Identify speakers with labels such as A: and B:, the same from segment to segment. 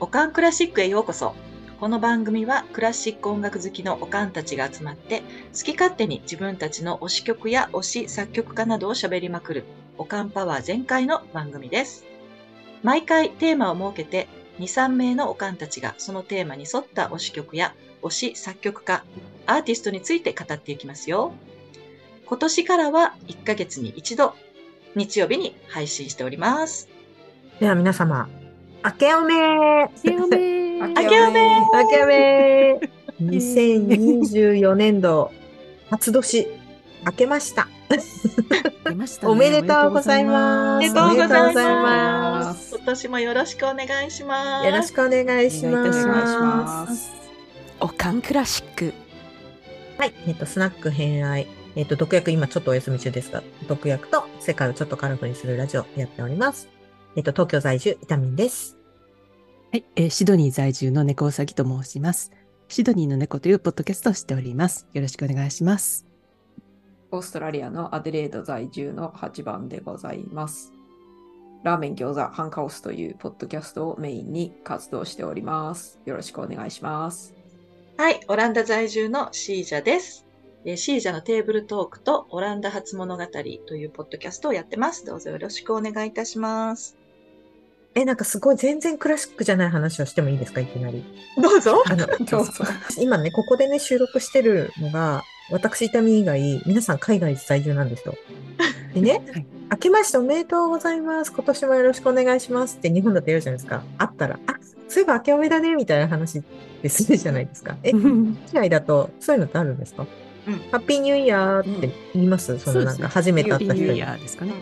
A: オカンクラシックへようこそ。この番組はクラシック音楽好きのオカンたちが集まって、好き勝手に自分たちの推し曲や推し作曲家などを喋りまくる、オカンパワー全開の番組です。毎回テーマを設けて、2、3名のオカンたちがそのテーマに沿った推し曲や推し作曲家、アーティストについて語っていきますよ。今年からは1ヶ月に1度、日曜日に配信しております。
B: では皆様、明けおめ明
C: 明けおめ
A: 明けおめ
B: けおめ !2024 年度、初年、明けました。
C: 出ましたね
B: おめでとうございま
A: おめ
B: す。
A: でとうござい
B: ま
A: 今年もよろしくお願いします。
B: よろしくお願いし
C: お
B: ま
C: 願いいた
B: す。
C: し
B: は
C: ますおかんクラシック
B: い、えっと、スナック偏愛。えっと、毒薬、今ちょっとお休み中ですが、毒薬と世界をちょっとカラフルにするラジオやっております。えっと、東京在住、イタミンです。
C: はい、えーシドニー在住の猫うさぎと申しますシドニーの猫というポッドキャストをしておりますよろしくお願いします
D: オーストラリアのアデレード在住の8番でございます。ラーメン餃子ハンカオスというポッドキャストをメインに活動しております。よろしくお願いします。
A: はい、オランダ在住のシージャです。えーシージャのテーブルトークとオランダ初物語というポッドキャストをやってます。どうぞよろしくお願いいたします。
B: え、なんかすごい全然クラシックじゃない話をしてもいいですかいきなり。
A: どうぞ。
B: あの、
D: どうぞ。
B: 今ね、ここでね、収録してるのが、私、痛み以外、皆さん海外在住なんですよ。でね、
C: はい
B: 明けましておめでとうございます。今年もよろしくお願いしますって日本だと言うじゃないですか。あったら、あ、そういえば明けおめだね、みたいな話ってするじゃないですか。え、海外だとそういうのってあるんですか
A: うん
B: ハッピーニューイヤーって言います、そのなんか初めて
C: ハッ
B: 会
C: ピ
B: っ
C: ー
B: た人
C: ニューイ
B: に。
C: ヤーですかね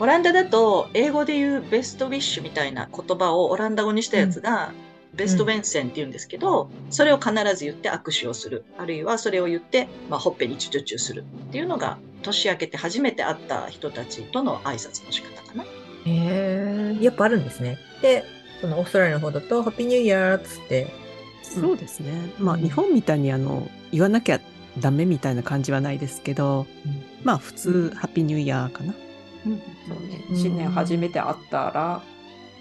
A: オランダだと英語で言うベストウィッシュみたいな言葉をオランダ語にしたやつが、ベストベンセンって言うんですけど、それを必ず言って握手をする。あるいはそれを言って、まあ、ほっぺにチュチュチュするっていうのが、年明けて初めて会った人たちとの挨拶の仕方かな。
B: へえ、やっぱあるんですね。で、そのオーストラリアの方だと、ハッピーニューイヤーっつって、
C: そうですねまあ日本みたいにあの言わなきゃダメみたいな感じはないですけど、まあ普通ハッピーニューイヤーかな
D: そうね
B: うん
D: 新年初めて会ったら、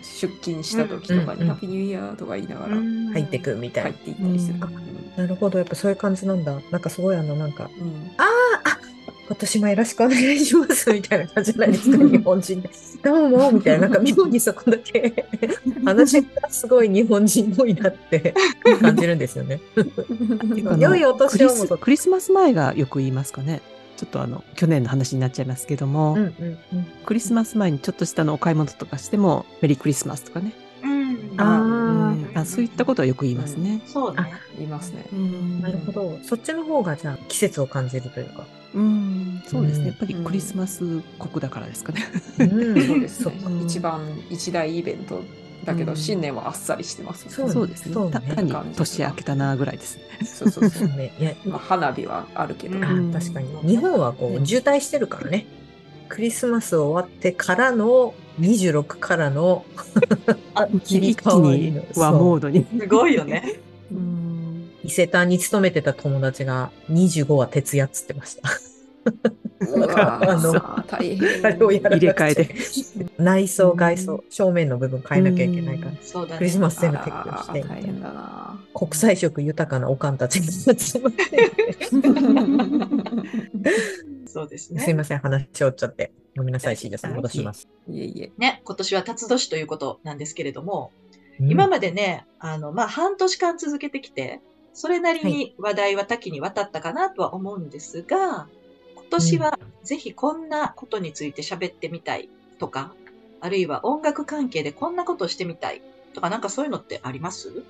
D: 出勤した時とか
B: うん
D: にハッピーニューイヤーとか言いながら
B: 入ってくみたいな
D: 帰っ。ていったりする。
C: うん
B: なるほど、やっぱそういう感じなんだ。なんかすごいあの、なんか、
D: うん
B: 今年もよろしくお願いしますみたいな感じじゃないですか、日本人で。 どうも、みたいな、なんか妙にそこだけ、話がすごい日本人っぽいなって感じるんですよね。
C: てかあの
B: 良いお
C: ク
B: 年
C: リ
B: をも
C: ス
B: と。
C: クリスマス前がよく言いますかねちょっとあの去年の話になっちゃいますけども、
B: うんうんうん。
C: クリスマス前にちょっとしたのお買い物とかしてもメリークリスマスとかね、
A: うん
B: あー
C: うんあそういったことはよく言いますね。
A: そうね。
D: いますね。
C: うん
B: なるほど。そっちの方が、じゃあ、季節を感じるというか。
C: うん、そうですね。やっぱり
D: うん
C: クリスマス国だからですかね。
B: うん
D: そうですね
C: そっか。
D: 一番一大イベントだけ
C: う
D: ど、
C: ん
D: 新年はあっさりしてますもんね。
B: そう
C: そうです
B: そう
C: ね。
B: ね
C: た単に年明けたなぐらいですね。
D: そうそう
B: そ
D: そうう。
B: ね。いや、
D: まあ、花火はあるけど。
A: うん
B: あー確かに。日本はこう、渋滞してるからね。クリスマス終わってからの、26からの、切り
C: 一気
B: 替わり
C: に
B: の
C: 和モードに。
A: すごいよね。
C: うん
B: 伊勢丹に勤めてた友達が25は徹夜っつってました。
D: うわ
B: あの
D: ー大変。
B: あれをやらなく
C: 入
B: て
C: れ替えで。
B: 内装、外装、正面の部分変えなきゃいけないから、
A: そうだ
B: クリス
A: ね。
B: マス全部
D: あ
B: 撤去
D: ら
B: してみた
D: 大
B: いな、
D: 変だな。
B: 国際色豊かなおかんたちが集まって、
A: そうです
B: すい
A: ね。
B: ません、話しおっちゃって。ごめんなさい、シージャさん、戻します。
D: いえいえ。
A: ね、今年は辰年ということなんですけれども、今までね、あの、まあ、半年間続けてきて、それなりに話題は多岐にわたったかなとは思うんですが、今年はぜひこんなことについて喋ってみたいとか、あるいは音楽関係でこんなことしてみたいとか、なんかそういうのってあります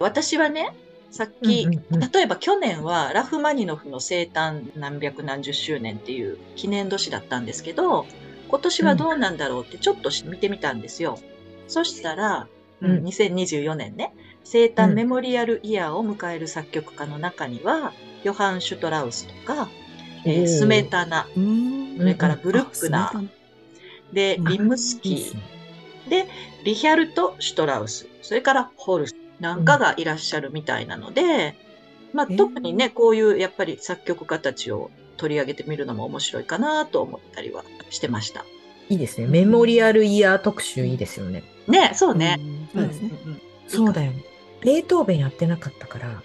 A: 私はね、さっ
B: うん
A: き、
B: うんうん
A: 例えば去年はラフマニノフの生誕何百何十周年っていう記念年だったんですけど、今年はどうなんだろうってちょっと見てみたんですよ。そしたら、うん
B: うん
A: 2024年ね、生誕メモリアルイヤーを迎える作曲家の中には、ヨハン・シュトラウスとか、えー
B: おー
A: スメタナ、
C: うん
A: それからブルックナー、で、
C: うん
A: リムスキ
B: いいっす
A: ー
B: ね、
A: リヒャルト・シュトラウス、それからホルスなんかがいらっしゃるみたいなので、まあ、
C: えー
A: 特にね、こういうやっぱり作曲家たちを取り上げてみるのも面白いかなと思ったりはしてました。
B: いいですね。メモリアルイヤー特集いいですよね。
A: ね、そうね。。
C: そうですね。
A: んんん。
B: そうだよ。ベートーベンやってなかったから。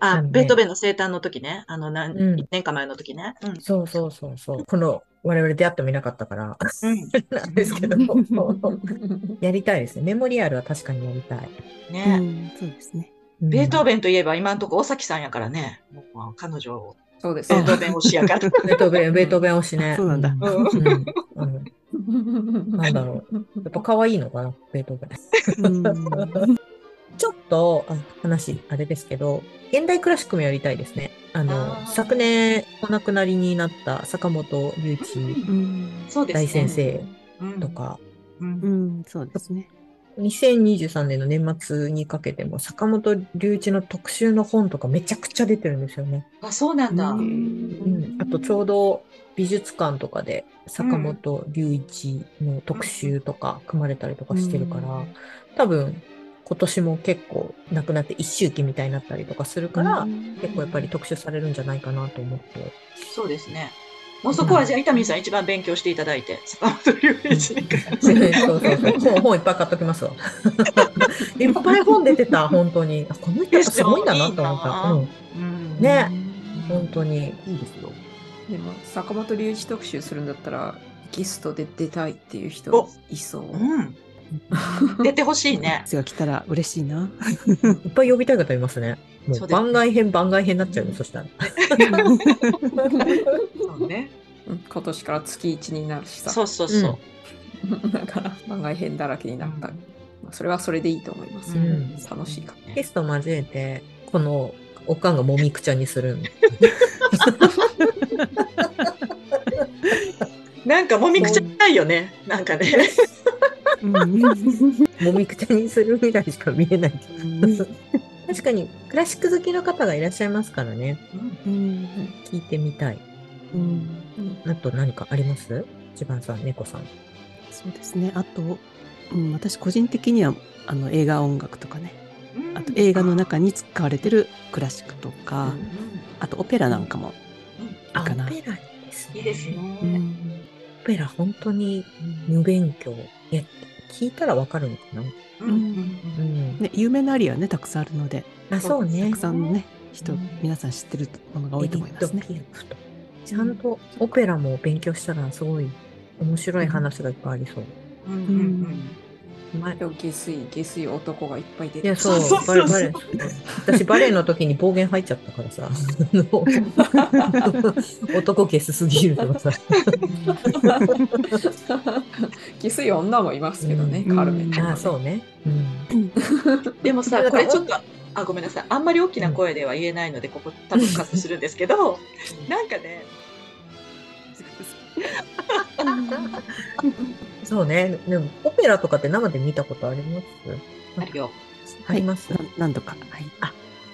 A: あ、
B: なんで
A: ベートーベンの生誕の時ね。あの、何、
B: うん
A: 1年か前の時ね。うん。
B: そうそうそうそう。この、我々出会ってもいなかったから。 なんですけど。やりたいですね。メモリアルは確かにやりたい。
A: ね、
C: うんそうですね。
A: ベートー
B: ベ
A: ベンといえば今のところ大崎さんやからね。もう彼女、
D: そうです
A: ベ
D: ね
A: ートーベン推しや から。
B: ン。ベートーベン、ベートーベン推しね。
C: そうなんだ
A: うん
B: うんうんやなんだろっぱ可愛いのかな、ベートーベン。
C: うん
B: ちょっと、あ話、あれですけど、現代クラシックもやりたいですね。あの、
A: あー
B: 昨年お亡くなりになった坂本龍一
C: うん
A: そうですね。
B: 大先生
A: うん
B: と。か、
A: うん
C: うん、そうですね。
B: 2023年の年末にかけても坂本龍一の特集の本とかめちゃくちゃ出てるんですよね。
A: あ、そうなんだ。
C: う
B: う
C: ん
B: ん、あとちょうど美術館とかで坂本龍一の特集とか組まれたりとかしてるから、
C: うん
B: 多分今年も結構亡くなって一周期みたいになったりとかするから、
C: うん
B: 結構やっぱり特集されるんじゃないかなと思 って。
A: そうですね。もうそこはじゃあ、伊丹さん一番勉強していただいて、坂本龍一に関
B: そ
A: し
B: う
A: て。
B: そうそう本。本いっぱい買っとき ますわ。いっぱい本出てた、本当に。あこの人やっぱすごいんだなと思った。うん、
A: うん
B: ね本当に。
C: いいですよ。
D: でも坂本龍一特集するんだったらゲストで出たいっていう
A: お
D: 人いそう。
A: うん。出てほしいね。
C: が来たら嬉しいな。
B: いっぱい呼びたい方いますね。も
A: そうですね
B: う番外編、番外編になっちゃうよ、そしたら。
A: そうね。
D: うん今年から月1になるしさ。
A: そうそうそう。
D: だから番外編だらけになった。
A: うん
D: まあそれはそれでいいと思います。
B: うん
D: 楽しいから。
B: ゲスト交えて、このおかんがもみくちゃにするんで。
A: なんかもみくちゃしたいよね。なんかね。
B: もみくちゃにする未来しか見えないけど。確かに、クラシック好きの方がいらっしゃいますからね。聞いてみたい。あと何かあります一番さん、猫さん。
C: そうですね。あと、うん、私個人的にはあの映画音楽とかね、あと映画の中に使われてるクラシックと
A: う
C: か、
A: ん
C: あとオペラなんかも。
B: あ
C: かな
B: オペラです
A: い
B: ね。
A: いですね。
B: オペラ本当に無勉強。え、聞いたらわかるのかな
A: うんうん
B: うん。
C: ね、有名なアリアねたくさんあるので、
B: あ、そう
C: た
B: ね
C: く。さんね人皆さん知ってるものが多いと思いますね
B: デ。ビッドピアフとちゃんとオペラも勉強したらすごい面白い話がいっぱいありそう。
A: うんうんうん
B: 前
D: でも下水、下水男がいっぱい出
B: い
D: て
B: や、
D: る
B: そう
A: そう、そ
B: バ
A: うそ
B: レ
A: う
B: バレ。私、バレエの時に暴言入っちゃったからさ、 あの男消すすぎるとかさ、
D: 下水女もいますけどね、
C: うん
D: カルメンとかね、
B: ああ、そうね。うん。
A: でもさ、
B: だ
A: こ
B: か
A: れ
B: ら
A: ちょっと、あ、ごめんなさい。あんまり大きな声では言えないので、ここ多分カットするんですけど、なんかね、
B: そうね。でも、オペラとかって生で見たことあります
A: あるよ。
B: あります
C: 何度か。はい。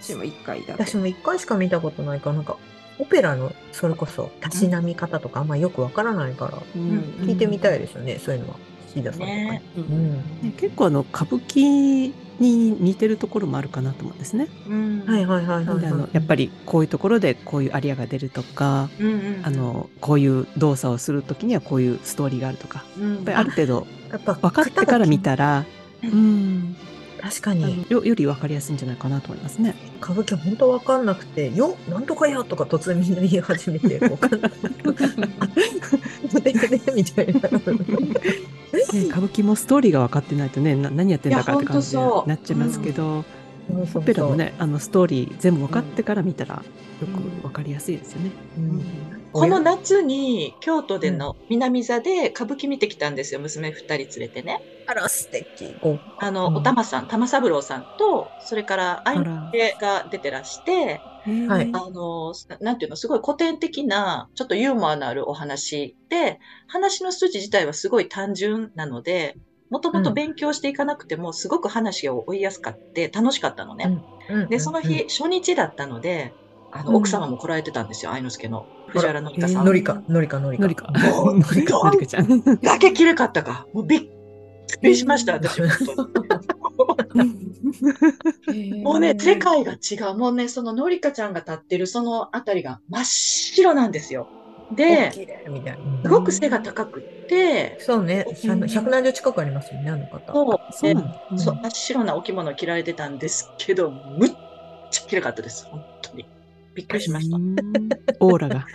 D: 私も一回だけ。
B: 私も一回しか見たことないから、なんか、オペラの、それこそ、たしなみ方とか、あんまよくわからないから、聞いてみたいですよね、そういうのは。シーダさんとかに。
A: ね
D: う
B: うんん。
C: ね結構あの歌舞伎に似てるところもあるかなと思うんですね。
A: うん
B: はいはいはいはい、
C: なん
B: はい。
C: であのやっぱりこういうところでこういうアリアが出るとか、
A: うんうん
C: あ、のこういう動作をするときにはこういうストーリーがあるとか、
A: うん
C: やっぱりある程度
B: やっぱ
C: 分かってから見たら、うん、
B: 確か
C: あ
B: に
C: のよより分かりやすいんじゃないかなと思いますね。
B: 歌舞伎本当わかんなくて「よなんとかや」とか突然みんな言い始 めて「わかんない」ででみたいな
C: ね歌舞伎もストーリーが分かってないとねな何やってんだかって感じ
A: いやほんとそう
C: になっちゃいますけど、
B: オ
C: オペラも、ねあのストーリー全部分かってから見たらよく分かりやすいですよね。
B: うん
A: この夏に京都での南座で歌舞伎見てきたんですよ、娘2人連れてね。
B: あら素敵こ
A: あの、
B: うん
A: お玉さん、玉三郎さんと、それから相
C: あ
A: 手が出てらして、
B: は
C: へ
B: い
C: ー
A: あの、なんていうの、すごい古典的な、ちょっとユーモアのあるお話で、話の筋自体はすごい単純なので、もともと勉強していかなくても、すごく話を追いやすかって楽しかったのね。
B: う
A: で、その日、、初日だったので、あの、奥様も来られてたんですよ、愛之助の。藤原紀香さん。
B: のりかのりかのりか
C: のりか。
A: もう
C: のりか。のりかちゃん。
A: 崖きれかったか。もうびっくりしました、
B: うん
A: 私 は。本当にもうね、世 界が違う。もうね、そののりかちゃんが立ってるそのあたりが真っ白なんですよ。で
B: 大、きいねみたい
A: す
B: な。
A: ごく背が高くって、
B: そうね、あ
C: う
B: の
C: ん
B: 170近くありますよね、あの方。
A: そう
C: そうなんだ。うん
A: そう真っ白なお着物を着られてたんですけど、むっちゃ綺麗かったです、本当に。びっくりしました
C: う。んオーラが。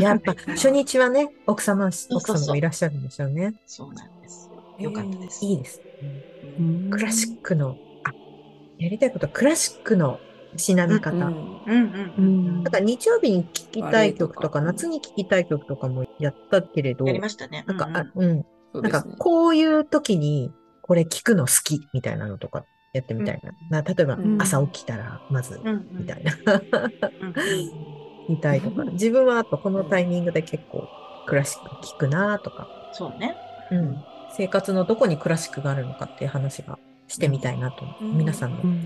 B: やっぱ、初日はね、奥様、
A: うそう
B: 奥様もいらっしゃるんでしょうね。
A: そうなんです。よかったです。
B: いいです。
C: うん
B: クラシックの、あ、やりたいこと、クラシックのしなみ方。
D: う
B: だ
D: ん
A: うんうんうん
B: から日曜日に聴きたい曲とか、
D: バレエとか
B: 夏に聴きたい曲とかもやったけれど、
A: やりま
B: な
A: したね。
B: んか、
A: う
B: あ
A: う
B: うん、
D: そ
B: な
D: う
B: ん
D: で
B: か
D: すね。
B: こういう時にこれ聞くの好きみたいなのとかやってみたいな。な例えば
D: うん
B: 朝起きたらまず
A: うんうん
B: みたいな、
A: うん
B: みたいとか。自分はやっぱこのタイミングで結構クラシック聞くなとか、
A: そうね。
B: うん生活のどこにクラシックがあるのかっていう話がしてみたいなと、
D: うん
B: 皆さんの
C: うん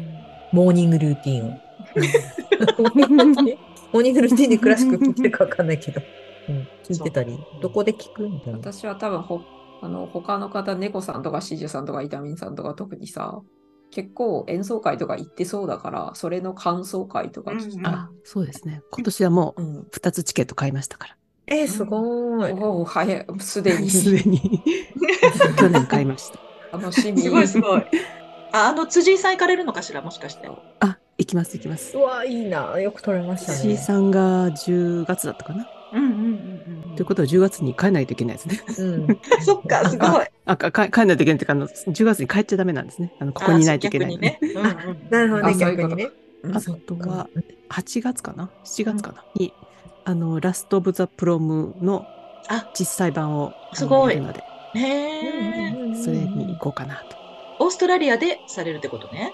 B: モーニングルーティンを。モーニングルーティンでクラシック聞いてるかわかんな いけど、うん、聞いてたり
A: そ、う
B: どこで聞くみたいな。
D: 私は多分ほあの他の方、猫さんとかシジュさんとかイタミンさんとか特にさ、結構演奏会とか行ってそうだから、それの感想会とか聞きたい。
C: あ、そうですね。今年はもう
D: うん
C: 2つチケット買いましたから。
B: えー、すごーい。
D: おお、早い、すでに
C: すでに。去年買いました。
D: 楽しみ。
A: すごいすごい。 ああの辻井さん行かれるのかしらもしかして。
C: あ、行きます行きます
B: う。わ、いいな。よく撮れました
C: 石井
B: ね。
C: さんが10月だったかな。
A: うんうんうんうん。
C: ということは10月に帰らないといけないですね。
B: うん、
A: そっかすごい。
C: あ、か帰帰らないといけないっていうか、あの10月に帰っちゃダメなんですね。あのここにいないといけない、
A: あ逆にね。うんうん
B: なるほど
D: あ
B: ね、
D: そういう
B: 逆
D: こと
B: にね。
D: うん
C: あとは8月かな ?7 月かな、に、あの、ラスト・オブ・ザ・プロムの
A: あ
C: 実際版をあの
A: すごい
C: やるので、
A: へえ。
C: それに行こうかなと。
A: オーストラリアでされるってことね。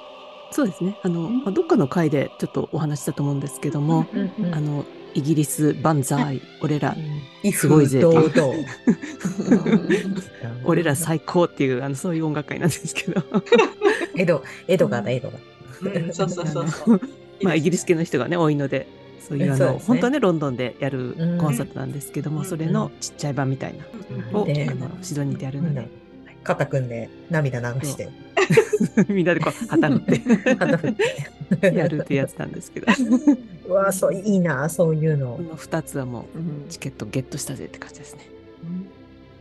C: そうですね。あの、
A: うん
C: まあ、どっかの回でちょっとお話ししたと思うんですけども、
B: うんうん
C: あの、イギリス万歳、俺ら、
B: す
C: ごいぜ
B: 堂々。
C: 俺ら最高っていう、あの、そういう音楽会なんですけど、
B: 江戸、江戸川だ、江戸川。
A: うんそうそうそうそ
C: あの
A: う。
C: まあ、イギリス系の人がね、多いので、そういう、あ
B: そう
C: の、
B: ですね
C: 本当はね、ロンドンでやるコンサートなんですけども、
A: うん
C: それのちっちゃい版みたいな
A: うん
C: を、
B: で
C: あの、シドニーでやる
B: な
C: の
B: ん
C: で
B: だ、肩組んで涙流して、
C: みんなでこ う、旗振って
B: 肩振 って。
C: やるってやつなんですけど、
B: うわ、そう、いいな、そういうの
C: こ。の2つはも
D: う
C: うんチケットゲットしたぜって感じですね。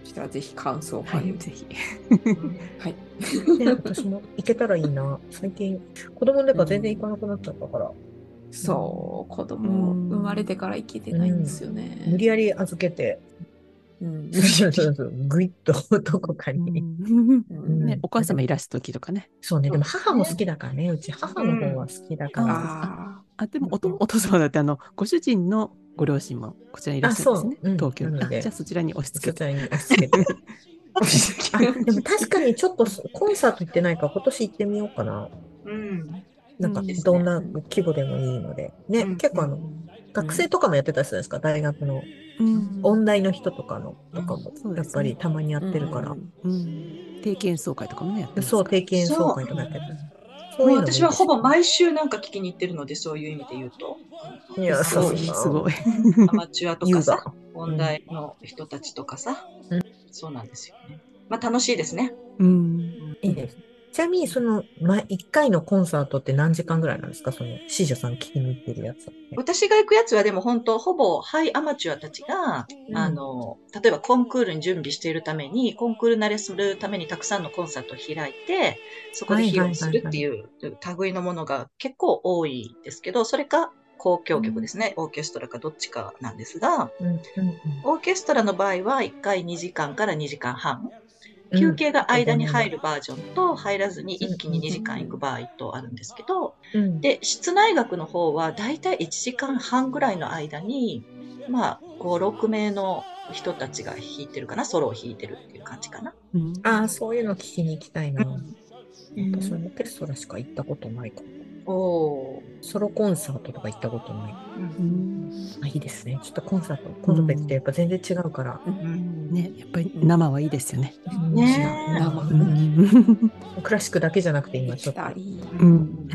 D: そしたらぜひ感想
C: は
D: 会を
C: い、ぜひ。
D: はい。
B: ね、私も行けたらいいな。最近、子供の中全然行かなくなっちゃったから、
D: そう、子供
C: うん
D: 生まれてから生きてないんですよね。
B: 無理やり預けて、
D: うん
B: そうそうそうぐいっとどこかに。
D: うん
C: ね、お母様いらした時とかね。
B: そうね、でも母も好きだからね、うち母の方は好きだから。
D: あ
C: あ、でもおとお父様だってあのご主人のご両親もこちらにいらっしゃるんですね
B: あ。そううん
C: 東京に。
B: なので
C: あじゃあそちらに押し付
B: そ
C: けて。
B: ちらに押し付けて。あ
D: ー
B: でも確かにちょっとそコンサート行ってないから今年行ってみようかな。
A: うん。
B: なんか
C: うんですね
B: どんな規模でもいいので。ね、
A: うん
B: 結構あの、学生とかもやってたりするんですか大学の
C: うん
B: 音大の人とかの、とかも
C: そう
B: や
C: で
B: っ
C: すね
B: ぱりたまにやってるから。
C: うん定期演奏会とかもねやってます
B: そう、
C: から
B: 定期演奏会とかやってる。そう
A: も
B: いううのもいいです
A: 私はほぼ毎週なんか聞きに行ってるので、そういう意味で言うと。
B: いや
C: そ
B: そうう
C: すごい。
A: アマチュアとかさ、音大の人たちとかさ、
B: うん
A: そうなんですよね。まあ楽しいですね。
C: うん。
B: いいです。ちなみに、その、ま、1回のコンサートって何時間ぐらいなんですかその、死者さん聞きに行ってるやつ。
A: 私が行くやつはでも本当、ほぼハイアマチュアたちが、
B: うん
A: あの、例えばコンクールに準備しているために、コンクール慣れするためにたくさんのコンサートを開いて、そこで披露するっていう類のものが結構多いですけど、それか公共曲ですね、オーケストラかどっちかなんですが、
B: うん、うん、
A: オーケストラの場合は1回2時間から2時間半。
B: うん。
A: 休憩が間に入るバージョンと入らずに一気に2時間行く場合とあるんですけど、
B: うん、
A: で、室内楽の方はだいたい1時間半ぐらいの間に、まあ、5、6名の人たちが弾いてるかな、ソロを弾いてるっていう感じかな。
C: うん
B: ああ、そういうの聞きに行きたいな。
A: うん
B: 私はオーケストラしか行ったことないかも。
A: おー
B: ソロコンサートとか行ったことない。
C: うん
B: あ、いいですね。ちょっとコンサート、コンサート行ってやっぱ全然違うから。
C: ね、やっぱり生はいいですよね。
A: ね
B: 違う
D: 生
B: う
C: うんん
B: クラシックだけじゃなくて今
D: 行
B: ちょっ
D: き
B: と
D: たい。
C: うん
D: うん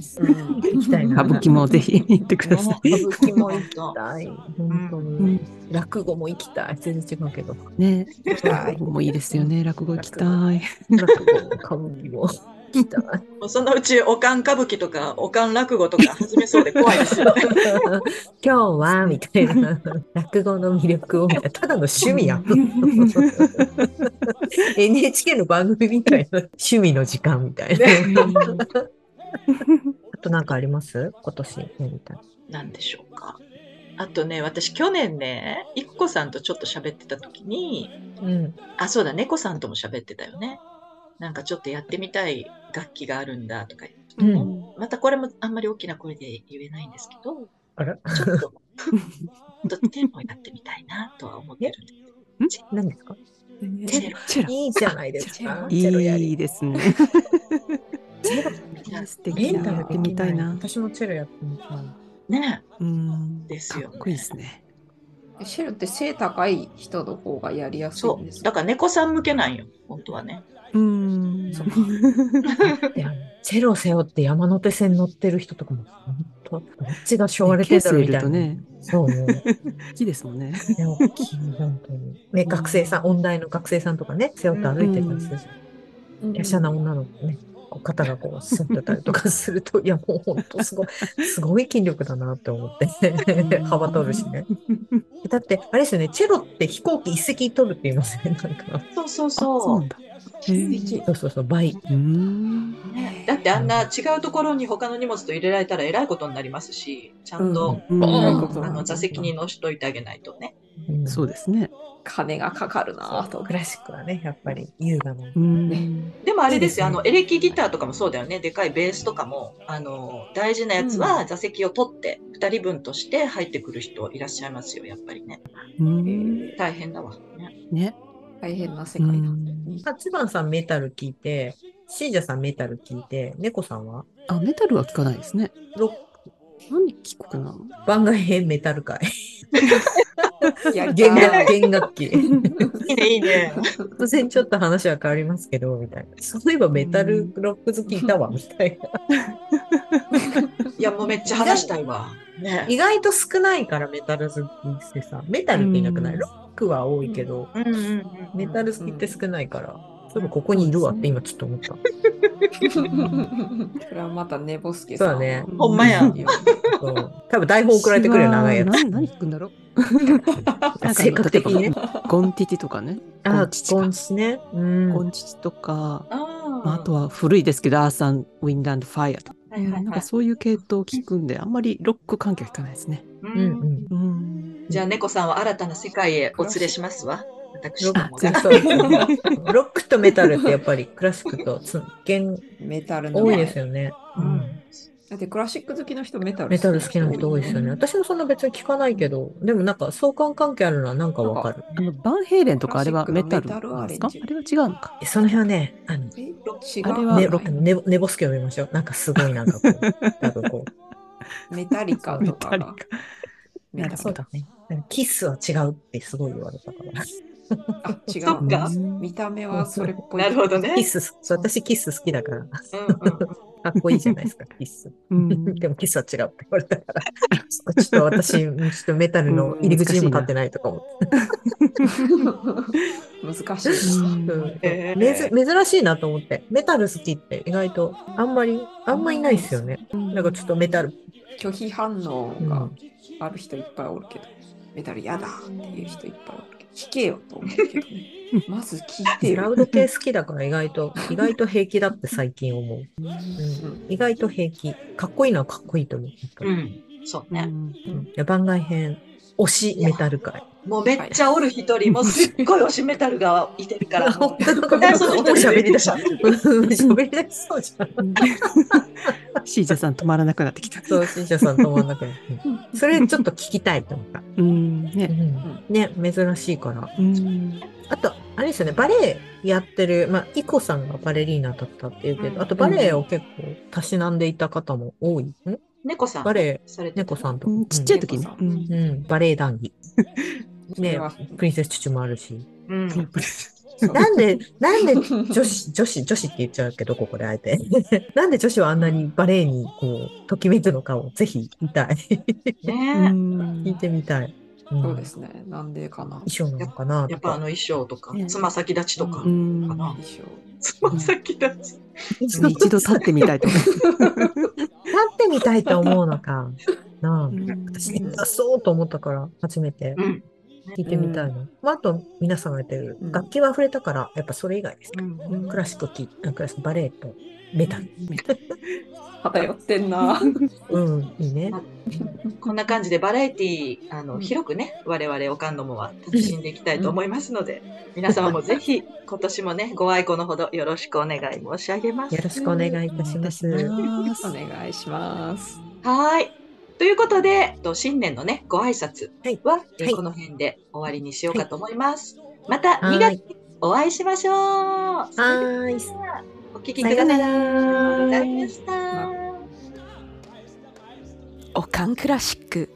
B: 行きたいな。
C: 歌舞伎もぜひ行って ください。
A: ね歌舞伎も行
B: 行き
A: きた
B: たい。本当
C: う
B: に。
C: ん
B: 落語も行きたい。全然違うけど。
C: ね、
D: 行きたい
C: 落語もいいですよね。落語行きたい。
B: 落語も歌舞伎も。
A: もうそのうち、おかん歌舞伎とか、おかん落語とか始めそうで怖いです よね。
B: 今日は、みたいな。落語の魅力を、みたいなただの趣味やん。NHK の番組みたいな。趣味の時間みたいな。あとなんかあります今年、みたいな。
A: なんでしょうか。あとね、私去年ね、いくこさんとちょっと喋ってた時に、
B: うん。
A: あ、そうだ、猫さんとも喋ってたよね。なんかちょっとやってみたい楽器があるんだとか言ってたね、またこれもあんまり大きな声で言えないんですけど、
B: あら
A: ち ょっと、ちょっと手もやってみたいなとは思ってるんですけど。
B: 何ですか
A: チェロ
C: チェロ
B: いいじゃないですか。
C: いいですね。素
B: レン
C: 敵
B: タ
C: な。
B: ル
C: や
B: で
C: っ
B: き
C: てみたいな。
B: 私もチェロやってみたい。
A: ね
C: うん。
A: ですよね
C: かっこいいですね。
D: シェルって背高い人の方がやりやすい
A: そ
D: んです
A: う。だから猫さん向けなんよ、本当はね。
C: うん。
B: そうであのチェロ背負って山手線乗ってる人とかも、本当どっちが昭和レ
C: ケ
B: てんだ
C: ース
B: ろう
C: い
B: みたい
C: ると
B: な。
C: ね、
B: そう。
C: 好きですもんね。
B: ね、大きい、本当に。ね、学生さん、音大の学生さんとかね、背負って歩いてたりするじゃん。
D: うん
B: 華奢な女の子ね、こう肩がこう、すってたりとかする と、いや、もう本当すごい、すごい筋力だなって思って、幅取るしね。だって、あれですよね、チェロって飛行機一席取るって言いますね、なん か。
A: そうそう
C: あそう
A: そ
C: なんだ。へー
B: そうそうそう、倍。
C: うん。
A: う。ね、だってあんな違うところに他の荷物と入れられたらえらいことになりますし、ちゃんと、
C: うん
A: あ
C: うん
A: のあの座席に乗しといてあげないとね。
B: うん
C: そうですね。
D: 金がかかるなぁ
B: そう
D: と。
B: クラシックはね、やっぱり優雅な。
C: うん。
A: でもあれですよ、
B: いい
A: あ
B: ですね
A: のエレキギターとかもそうだよね、でかいベースとかも、あの大事なやつは座席を取って、2人分として入ってくる人いらっしゃいますよ、やっぱりね。
C: うん
A: 大変だわ。ね、
C: ね。
D: 大変な世界だ。
C: うん
B: 8番さんメタル聞いて、シージャさんメタル聞いて、猫さんは
C: あ、メタルは聞かないですね。
B: ロッ
C: 何聞くかな
B: ク番外編メタル 会。
D: や り
B: 弦
D: た
B: 楽
D: い
B: 弦楽器。
A: いい ね、いいね。
B: 突然ちょっと話は変わりますけど、みたいな。そういえばメタルロック好きいたわ、みたいな。
A: いや、もうめっちゃ話したいわ。ね。
B: 意外と少ないからメタル好きってさ、メタルっていなくな
C: う
B: い
C: ん
B: ロックは多いけど、
A: うんうんうんうん
B: メタル好きって少ないから、そういえばここにいるわって今ちょっと思った。
D: それはまた寝ぼすけさん。
B: そうだね
A: ほんまや
D: うん
B: そう多分台本送られてくるよ、長いやつ。
C: 私は何何聞くんだろう なんか
B: 性格的にね。
C: ゴンティティとかね。
B: あ、
C: 父
B: ゴ
C: か
B: ンチね。うん。
C: ゴンチとか、
A: あ
C: まあ、あとは古いですけど、アーサン・ウィンランド・ファイアとか、
A: はいはい
C: なん
A: は
C: か
A: い。
C: そういう系統を聞くんで、あんまりロック関係は聞かないですね。
A: うん
B: うんうん。
C: うん。
A: じゃあ、猫さんは新たな世界へお連れしますわ。私
B: ロ
A: ど
B: ッ
A: も
B: ク
A: が。
B: そうロックとメタルってやっぱりクラシックとつ弦
D: メタルの
B: 多いですよね。
A: う
B: うん
A: ん
D: だってクラシック好きの人メタル
B: メタル好きな人多いですよね。。私もそんな別に聞かないけど、でもなんか相関関係あるのはなんかわかる。
C: あの、 バンヘイレンとかあれは
D: クラシ
C: メ
D: ックの
C: タルなんですか
D: メタルアレンジ
C: あれは違うのか。
B: えその辺はね、あの、
D: え違う
C: あれは
B: ね、ロックのねぼねぼすけを見ましょう。なんかすごいなんかこ う、多分こ
D: メタリカ
C: メ
D: と
C: タ
D: か
C: ルか
D: が。。メ
B: う、
D: タ
B: そう
D: ル
B: だね。キスは違うってすごい言われたから。
D: あ、違
A: そっ
D: う。
A: か
C: うん
D: 見た目はそれっぽい。
A: なるほどね
B: キス、そう私キス好きだから、か
A: うんう
B: っこいいじゃないですか、キス。
C: うん
B: でもキスは違うって言われたから、ちょっと私、 ちょっとメタルの入り口にも立ってないとかも。
D: 難しいな。
B: うん
A: え
B: めず
A: ー
B: 珍しいなと思って。メタル好きって意外とあんまり、あんまりいないですよね。なんかちょっとメタル。
D: 拒否反応
B: う
D: が
B: ん
D: ある人いっぱいおるけど、メタルやだっていう人いっぱいおるけど、聞けよと思うけ どね。まず聞いて
B: クラ
D: よ。
B: ウド系好きだから意外と、意外と平気だって最近思う。
C: うん
B: うん、意外と平気。かっこいいのはかっこいいと思う。
A: ん。うん。そうね。
B: うんじゃあ番外編、推しメタル界。
A: もうめっちゃおる一人、もうすっごい推しメタルがいてるから。もう
B: 当
A: その人
B: もう喋りだし
A: しゃ
B: 喋りだしそうじゃん。
C: シージャさん止まらなくなってきた。
B: そう、新社さん止まんなくなってうんそれちょっと聞きたいと思った。
C: うん。ね。
B: ね、珍しいから。
C: うん。
B: あと、あれですよね、バレエやってる、まあ、イコさんがバレリーナだったっていうけど、
A: うん
B: あとバレエを結構たしなんでいた方も多い。ん
A: 猫さん。
B: バレエ、
A: されて
B: 猫さんと
C: う
B: か。
C: んちっちゃい
B: うん
C: 時に。
D: 猫さ
C: うんん
B: うん、バレエ談義。
D: それは
B: プリンセスチュチュもあるし。
A: うん。
D: そう
B: なん で、なんで女子、女子、女子って言っちゃうけど、ここであえて。 なんで女子はあんなにバレエに、こう、ときめくのかをぜひ見たい。
A: ね
B: 聞いてみたい。うん
D: そうですね。なんでかな。
B: 衣装なのかな
A: や
B: と
A: っぱあの
B: か。
A: 衣装とか
C: う、ん
A: つま先立ちとか
C: う。ん
A: かな
D: 衣装。
A: つま先立ち。
C: 一度立ってみたいと思います。
B: 立ってみたいと思うのか。なあ。私、
C: うん
B: 出そうと思ったから、初めて
A: うん。
B: 聞いてみたいな。まあ、あと、皆さんが言ってる、
D: うん
B: 楽器は触れたから、やっぱそれ以外です。
A: うん
B: クラシックき、あクラシックバレエとメタル。
D: 偏って んな。
B: うん、いいね。
A: こんな感じでバラエティーあの、
D: うん
A: 広くね我々おかんどもは楽しんでいきたいと思いますので、皆様もぜひ今年もねご愛顧のほどよろしくお願い申し上げます
B: よ。ろしくお願いいたします。
D: お願いします。
A: はーいということでえっと新年のねご挨拶は、えー
B: はい
A: この辺で終わりにしようかと思います。また
B: はー
A: 2
B: い
A: 月にお会いしましょう。は
B: はーい。
A: お聞きくださいありがとうございました。
E: おかんクラシック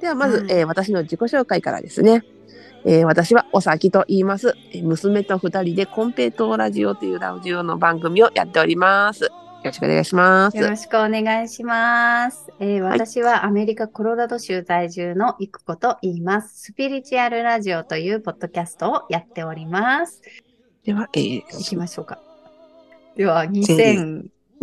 F: ではまず、
E: はい
F: えー私の自己紹介からですね。えー私はおさきと言います。えー娘と二人でコンペイトーラジオというラジオの番組をやっております。よろしくお願いします。
G: よろしくお願いします。えー
F: い
G: 私はアメリカ・コロラド州在住のいくこと言います。スピリチュアルラジオというポッドキャストをやっております。
F: では、えー、
G: 行きましょうか。では、
F: ぜ
G: 2004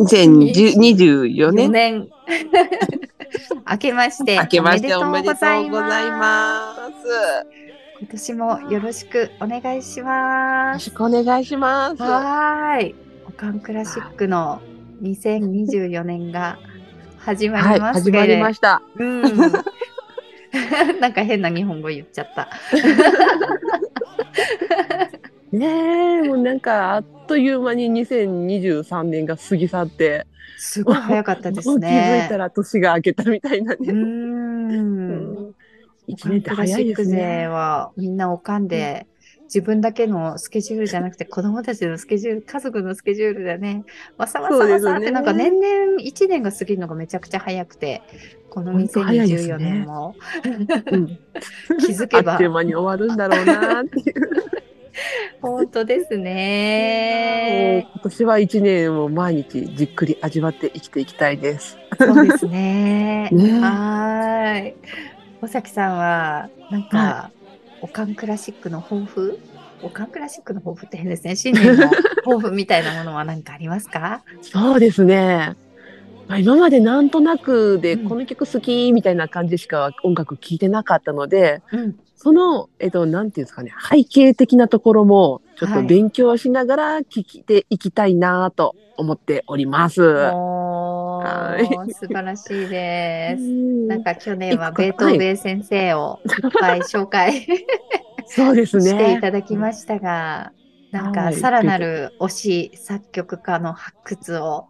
F: 2024年
G: 年明けまして
F: 明けましてお
G: お
F: め
G: め
F: で
G: で
F: と
G: と
F: う
G: う
F: ご
G: ご
F: ざ
G: ざ
F: い
G: い
F: ま。
G: ますす
F: よ
G: 今年もよろしくお願いしま
F: ろ
G: す
F: し。くお願いします。
G: はーい。おかんクラシックの2024年が始ま
F: は
G: り
F: い、
G: ます
F: 始
G: けれ、
F: まりました。
G: うん。 なんか変な日本語言っちゃった。
F: ねえ、もうなんかあっという間に2023年が過ぎ去って、
G: すごい早かったです
F: もう気づいた
G: ね。
F: ら年が明けたみたいな
G: う
F: ね。
G: ーん。
F: 一年って早いです
G: クラシック勢
F: ね。
G: はみんなおかんで、自分だけのスケジュールじゃなくて、子供たちのスケジュール、家族のスケジュールでね、わさわさ
F: そうで
G: わ
F: すね
G: さって、なんか年々1年が過ぎるのがめちゃくちゃ早くて、この
F: 本当早いですね
G: 2024年も
F: うん
G: 気づけば
F: あっという間に終わるんだろうなっていう。
G: 本当です
F: も
G: ね
F: う。今年は一年を毎日じっくり味わって生きていきたいです。
G: そうです ね。
F: ねえ
G: はーい。尾崎さんは、なんか、おかんクラシックの抱負おかんクラシックの抱負って変ですね。新年の抱負みたいなものは何かありま すか
F: そうですね。まあ、今までなんとなくで、
G: うん
F: この曲好きみたいな感じしか音楽聴いてなかったので、
G: うん。
F: その、えっと、なんていうんですかね、背景的なところも、ちょっ
G: は
F: と
G: い
F: 勉強しながら聴いていきたいなと思っております。
G: お
F: はい
G: ー、素晴らしいです。
F: うん
G: なんか去年は
F: 一個
G: ベートーベン先生をいっぱい 紹介
F: そうですね。
G: していただきましたが、なん
F: は
G: か
F: い
G: さらなる推し作曲家の発掘を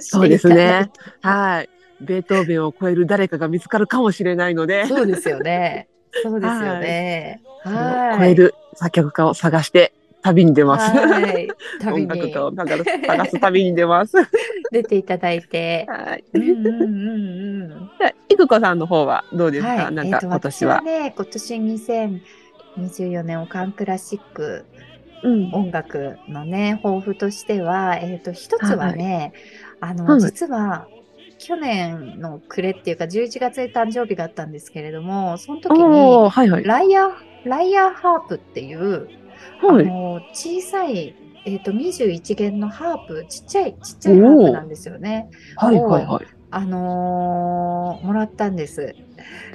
F: そ
G: そう
F: ですね。はい。ベートーベンを超える誰かが見つかるかもしれないので、
G: そうですよね。そうですよね。は
F: 超
G: い。
F: える作曲家を探して旅に出ます。
G: はい。旅
F: 音
G: に
F: 楽家を探す探す旅に出ます。
G: 出ていただいて。
F: はい。
G: うんうんうんうん。
F: いくこさんの方はどうですか、
G: はい。
F: な
G: え
F: ん
G: っ、
F: か
G: と、
F: 今年
G: 私
F: は。
G: はね、今年2024年オカンクラシック
F: うん。
G: 音楽のね、抱負としては、えっ、と、一つはね、あの、
F: はい
G: 実は、去年の暮れっていうか、11月で誕生日があったんですけれども、その時
F: おー
G: に、
F: はいはい。
G: ライアー、ライアーハープっていう、
F: は
G: あ
F: い。
G: の小さい、えー、と21弦のハープちっちゃいちっちゃいハープなんですよね。
F: はいはいはい。
G: あのーもらったんです。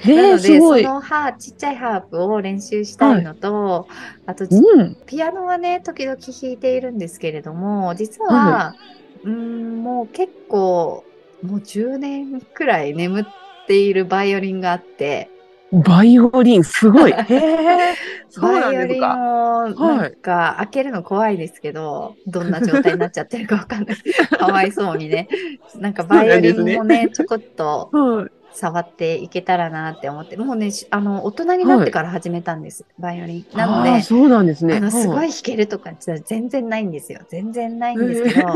G: な
F: へ
G: の
F: え、す
G: で
F: ご
G: そ
F: い。
G: のハちっちゃいハープを練習したいのと、あと
F: うん。
G: ピアノはね時々弾いているんですけれども実は、
F: は
G: うーんもう結構もう10年くらい眠っているバイオリンがあって。
F: バイオリン、すごい。へえ、そうな
G: バ
F: ん
G: イオ
F: です
G: リン
F: か。
G: も
F: はい
G: なんか開けるの怖いですけど、どんな状態になっちゃってるかわかん ない。かわいそうにね。なんかバイオリン
F: そう
G: もね、ちょこっと
F: はい。
G: 触っていけたらなって思って、もうね、しあの、大人になってから始めたんです、バイオリン。なの
F: あー
G: で、
F: そうなんですね。
G: あの、すご
F: はい
G: 弾けるとかじゃ全然ないんですよ。全然ないんですけど、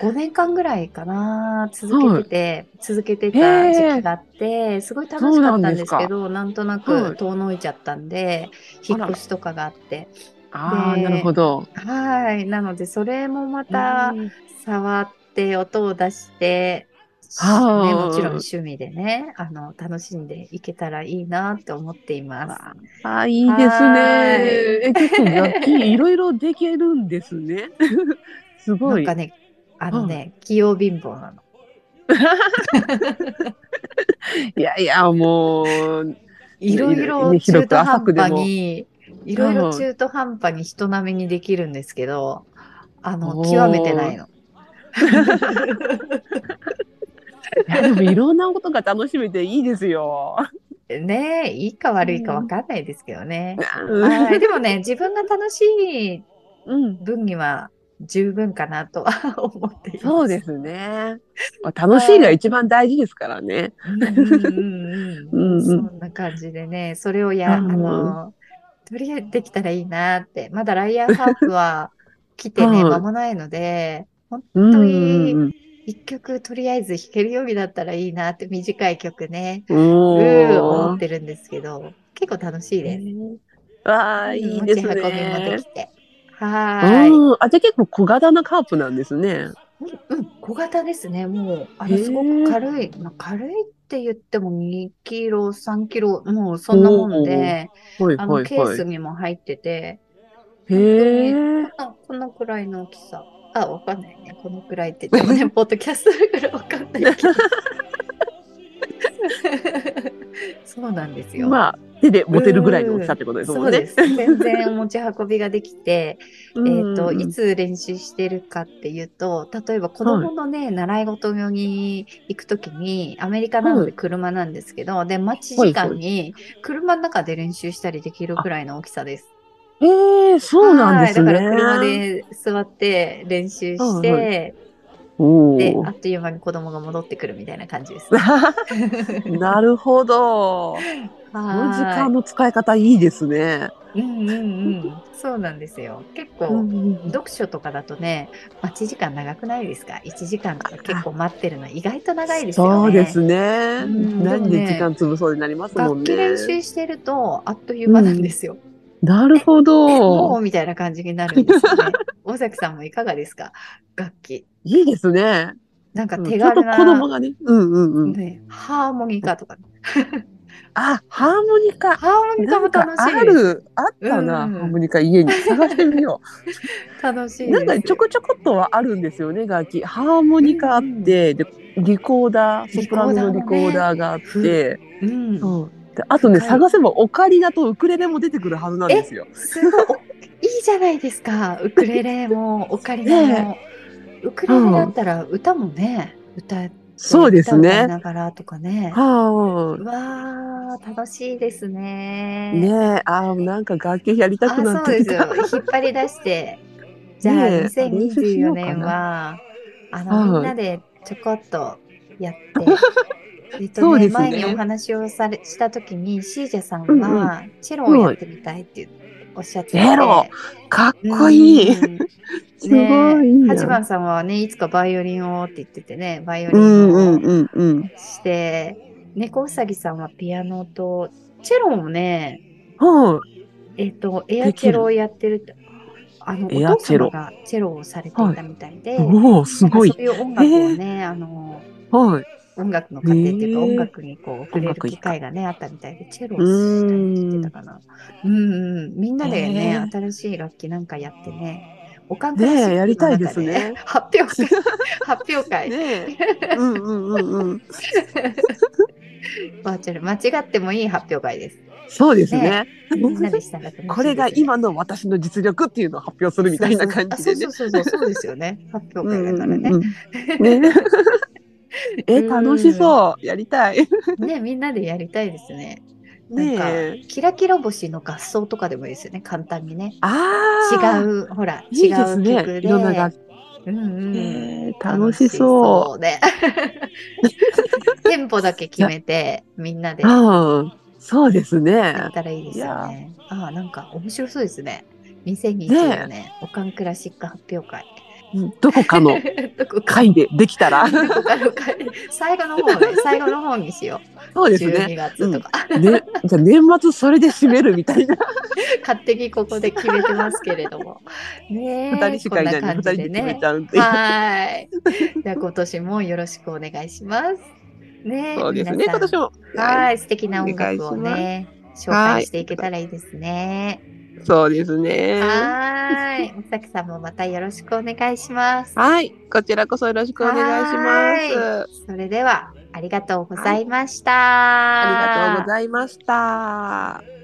G: 5年 間ぐらいかな、続けてて、続けてた時期があって、すごい楽しかったんですけど、なんと
F: は
G: な
F: い
G: く遠のいちゃったんで、
F: あ
G: 引
F: ら
G: っ越しとかがあって。
F: ああ、なるほど。
G: はい。なので、それもまた触って、音を出して、
F: あー
G: ね、もちろん趣味でね、あの、楽しんでいけたらいいなって思っています。
F: ああ、いいですね。え、結構楽器いろいろできるんですね。 す
G: な
F: ご
G: ん
F: い。
G: かね、あのね、器用貧乏なの。
F: いやいや、もう、
G: いろいろ
F: ね
G: 中
F: 広
G: 途
F: く
G: 半
F: 浅くで
G: 端
F: も
G: に、いろいろ中途半端に人並みにできるんですけど、あの、極めてないの。
F: いやでもいろんなことが楽しめていいですよ。
G: ねえ、いいか悪いかわかんないですけどね。
F: う
G: はいでもね、自分が楽しい
F: ん。
G: 分には十分かなとは 思っています。
F: そうですね。まあ楽しいが一番大事ですからね。
G: うんうんうんう
F: うんんうん
G: そんな感じでね、それをや、あ
F: うん
G: の、とりあえずできたらいいなって、まだライアーハーフは来てね、
F: はい
G: 間もないので、本
F: うん
G: 当
F: うん
G: に
F: うん
G: 一曲とりあえず弾けるようになったらいいなって、短い曲ね、うー
F: お
G: 思
F: ー
G: っ。てるんですけど、結構楽しいです。
F: わあ、いいです
G: 持ち運びもで
F: ね
G: き。て。はーい。
F: うん。あ、じゃあ結構小型なカープなんですね。
G: うん、小型ですね。もう、あ
F: へ
G: の、
F: ー
G: すごく軽い。まあ、軽いって言っても2キロ、3キロ、もうそんなもんで、
F: はい
G: あ
F: は
G: の、
F: い
G: ケー
F: は
G: ス
F: い。
G: にも入ってて、
F: へえ。
G: あ、このくらいの大きさ。あ、わかんないね。このくらいって言ってもね、ポッドキャストだからわかんな いけど。そうなんですよ。
F: まあ、手で持てるぐらいの大きさってことです
G: そ
F: もん
G: うで
F: ね。
G: す。全然持ち運びができて、
F: うん
G: えっと、いつ練習してるかっていうと、例えば子供のね、習い事に行くときに、アメリカなの
F: は
G: で
F: い
G: 車なんですけど、で、待ち
F: はい
G: 時間に車の中で練習したりできるくらいの大きさです。
F: へえ、そうなんですね。
G: はいだから車で座って練習して、
F: はいお
G: で、あ
F: ー
G: っという間に子供が戻ってくるみたいな感じです。
F: なるほど。この時間
G: は
F: の使い方いいですね。
G: いうんうんうん。そうなんですよ。結構、読書とかだとね、待ち時間長くないですか ?1 時間とか結構待ってるの意外と長いですよね。
F: そうですね。
G: うん
F: 何
G: でも
F: で
G: ね
F: 時間潰そうになりますも
G: 楽
F: ん
G: 器
F: ね
G: 練。習してるとあっという間なんですよ。
F: なるほ
G: も
F: ど
G: う。みたいな感じになるんですよ ね。尾崎さんもいかがですか楽器。
F: いいですね。
G: なんか
F: うん
G: 手
F: ちょっと
G: 軽
F: 子供
G: な、
F: がね。うんうんうん。
G: ね、ハーモニカとか。
F: あ、ハーモニカ。
G: ハーモニカも楽しい
F: なんかあ
G: です。
F: る、あったな、
G: うん
F: ハーモニカ家に探してみよ。
G: 楽しいうです。
F: なんかちょこちょこっとはあるんですよね、楽器。ハーモニカあって、で、リコーダー、ソプラノのリコーダーがあっ
G: リコー
F: て、
G: うん。
F: うんであとね、
G: 深い
F: 探せばオカリナとウクレレも出てくるはずなんですよ。
G: すごい。いいじゃないですか。ウクレレも、オカリナも。ウクレレだったら歌もね、歌えて、
F: そうです
G: 歌歌い
F: ね。
G: ながらとかね。
F: は
G: わー、楽しいですね。
F: い。ねえ、あーなんか楽器やりたくなってきた。
G: あそうですよ。引っ張り 出して。じゃあ、
F: ねえ練習しよ
G: 2024
F: うかな
G: 年は、あ
F: はい
G: の、みんなでちょこっとや って。えっ
F: そ
G: と
F: う
G: ね、
F: ですね
G: 前にお話をされしたときに、シージャさん
F: うん
G: は、チェロをやってみたいっておっしゃってて。
F: チェロかっこいい。 す
G: うん
F: ごいいいな。
G: ね八番さんはね、いつかバイオリンをって言っててね、バイオリ
F: うんう
G: ン
F: ん
G: を
F: うんうん。
G: して、猫うさぎさんはピアノと、チェロもね、
F: は
G: えっ、と、エアチェロをやってるって、あの、お
F: エア
G: 父
F: チェロ
G: 様がチェロをされていたみたいで、
F: い。おお、す
G: なんか
F: ごい
G: そう。いう音楽をね、あの、
F: はい。
G: 音楽の家庭っていうか、
F: へー
G: 音楽にこう、触れ
F: 音
G: る
F: 楽
G: 機
F: 一家
G: 会がね、あったみたいで、チェロをしたりって言ってたかな。うんうん。みんなでね、
F: へー
G: 新しい楽器なんかやってね、おかん
F: ねえ
G: クラシックの中
F: やりたいですね
G: 発表 会、発表会、
F: ねえ。 うんうんうんうん。
G: バーチャル、間違ってもいい発表 会です。
F: そうですね。
G: みんなでしたら楽しいですね、
F: これが今の私の実力っていうのを発表する みたいな感じでね
G: そう。そうそうそうそうです よね。発表会だからね。
F: うんうん うんねえ、楽しそう。やりたい。
G: ね、みんなでやりたいですね。なん
F: ね
G: か、
F: え。
G: キラキラ星の合奏とかでもいいですよね、簡単にね。
F: あ
G: 違
F: あ。う。
G: う、ほら、
F: い
G: 違
F: いで
G: う
F: す
G: 曲
F: ね。
G: で。
F: いろんな楽器。
G: うんうん。。
F: えー楽しそう
G: ね。 テンポだけ決めて、みんなで
F: う。うん。そうです
G: やっ
F: ね。
G: たらいいですよね。ああ、なんか面白そうですね。
F: ね
G: 2024年、おかんクラシック発表会。
F: どこか の
G: どこか、
F: 会でできた ら。
G: どこかの会最後の方ね、最後の方にしよ
F: そう
G: う。
F: ですね。
G: 12月とか。
F: ね、じゃあ年末それで締めるみたいな。
G: 勝手にここで決めてますけれ ども。ねえ
F: 二人しかいないのに
G: こん
F: 二人
G: 感
F: で決
G: じ
F: め
G: ね
F: ち。ゃうっていう。
G: はい。じゃあ今年もよろしくお願いします。ねえ
F: そうですね。今
G: 皆さん
F: 年も。
G: はい、素敵な音楽を
F: お願
G: ね、紹介していけたらいいですね。
F: そうですね。
G: はーい。おさきさんもまたよろしくお願いします。
F: はい、こちらこそよろしくお願いしま
G: は
F: す。
G: それでは、ありがとうございました。
F: ありがとうございました。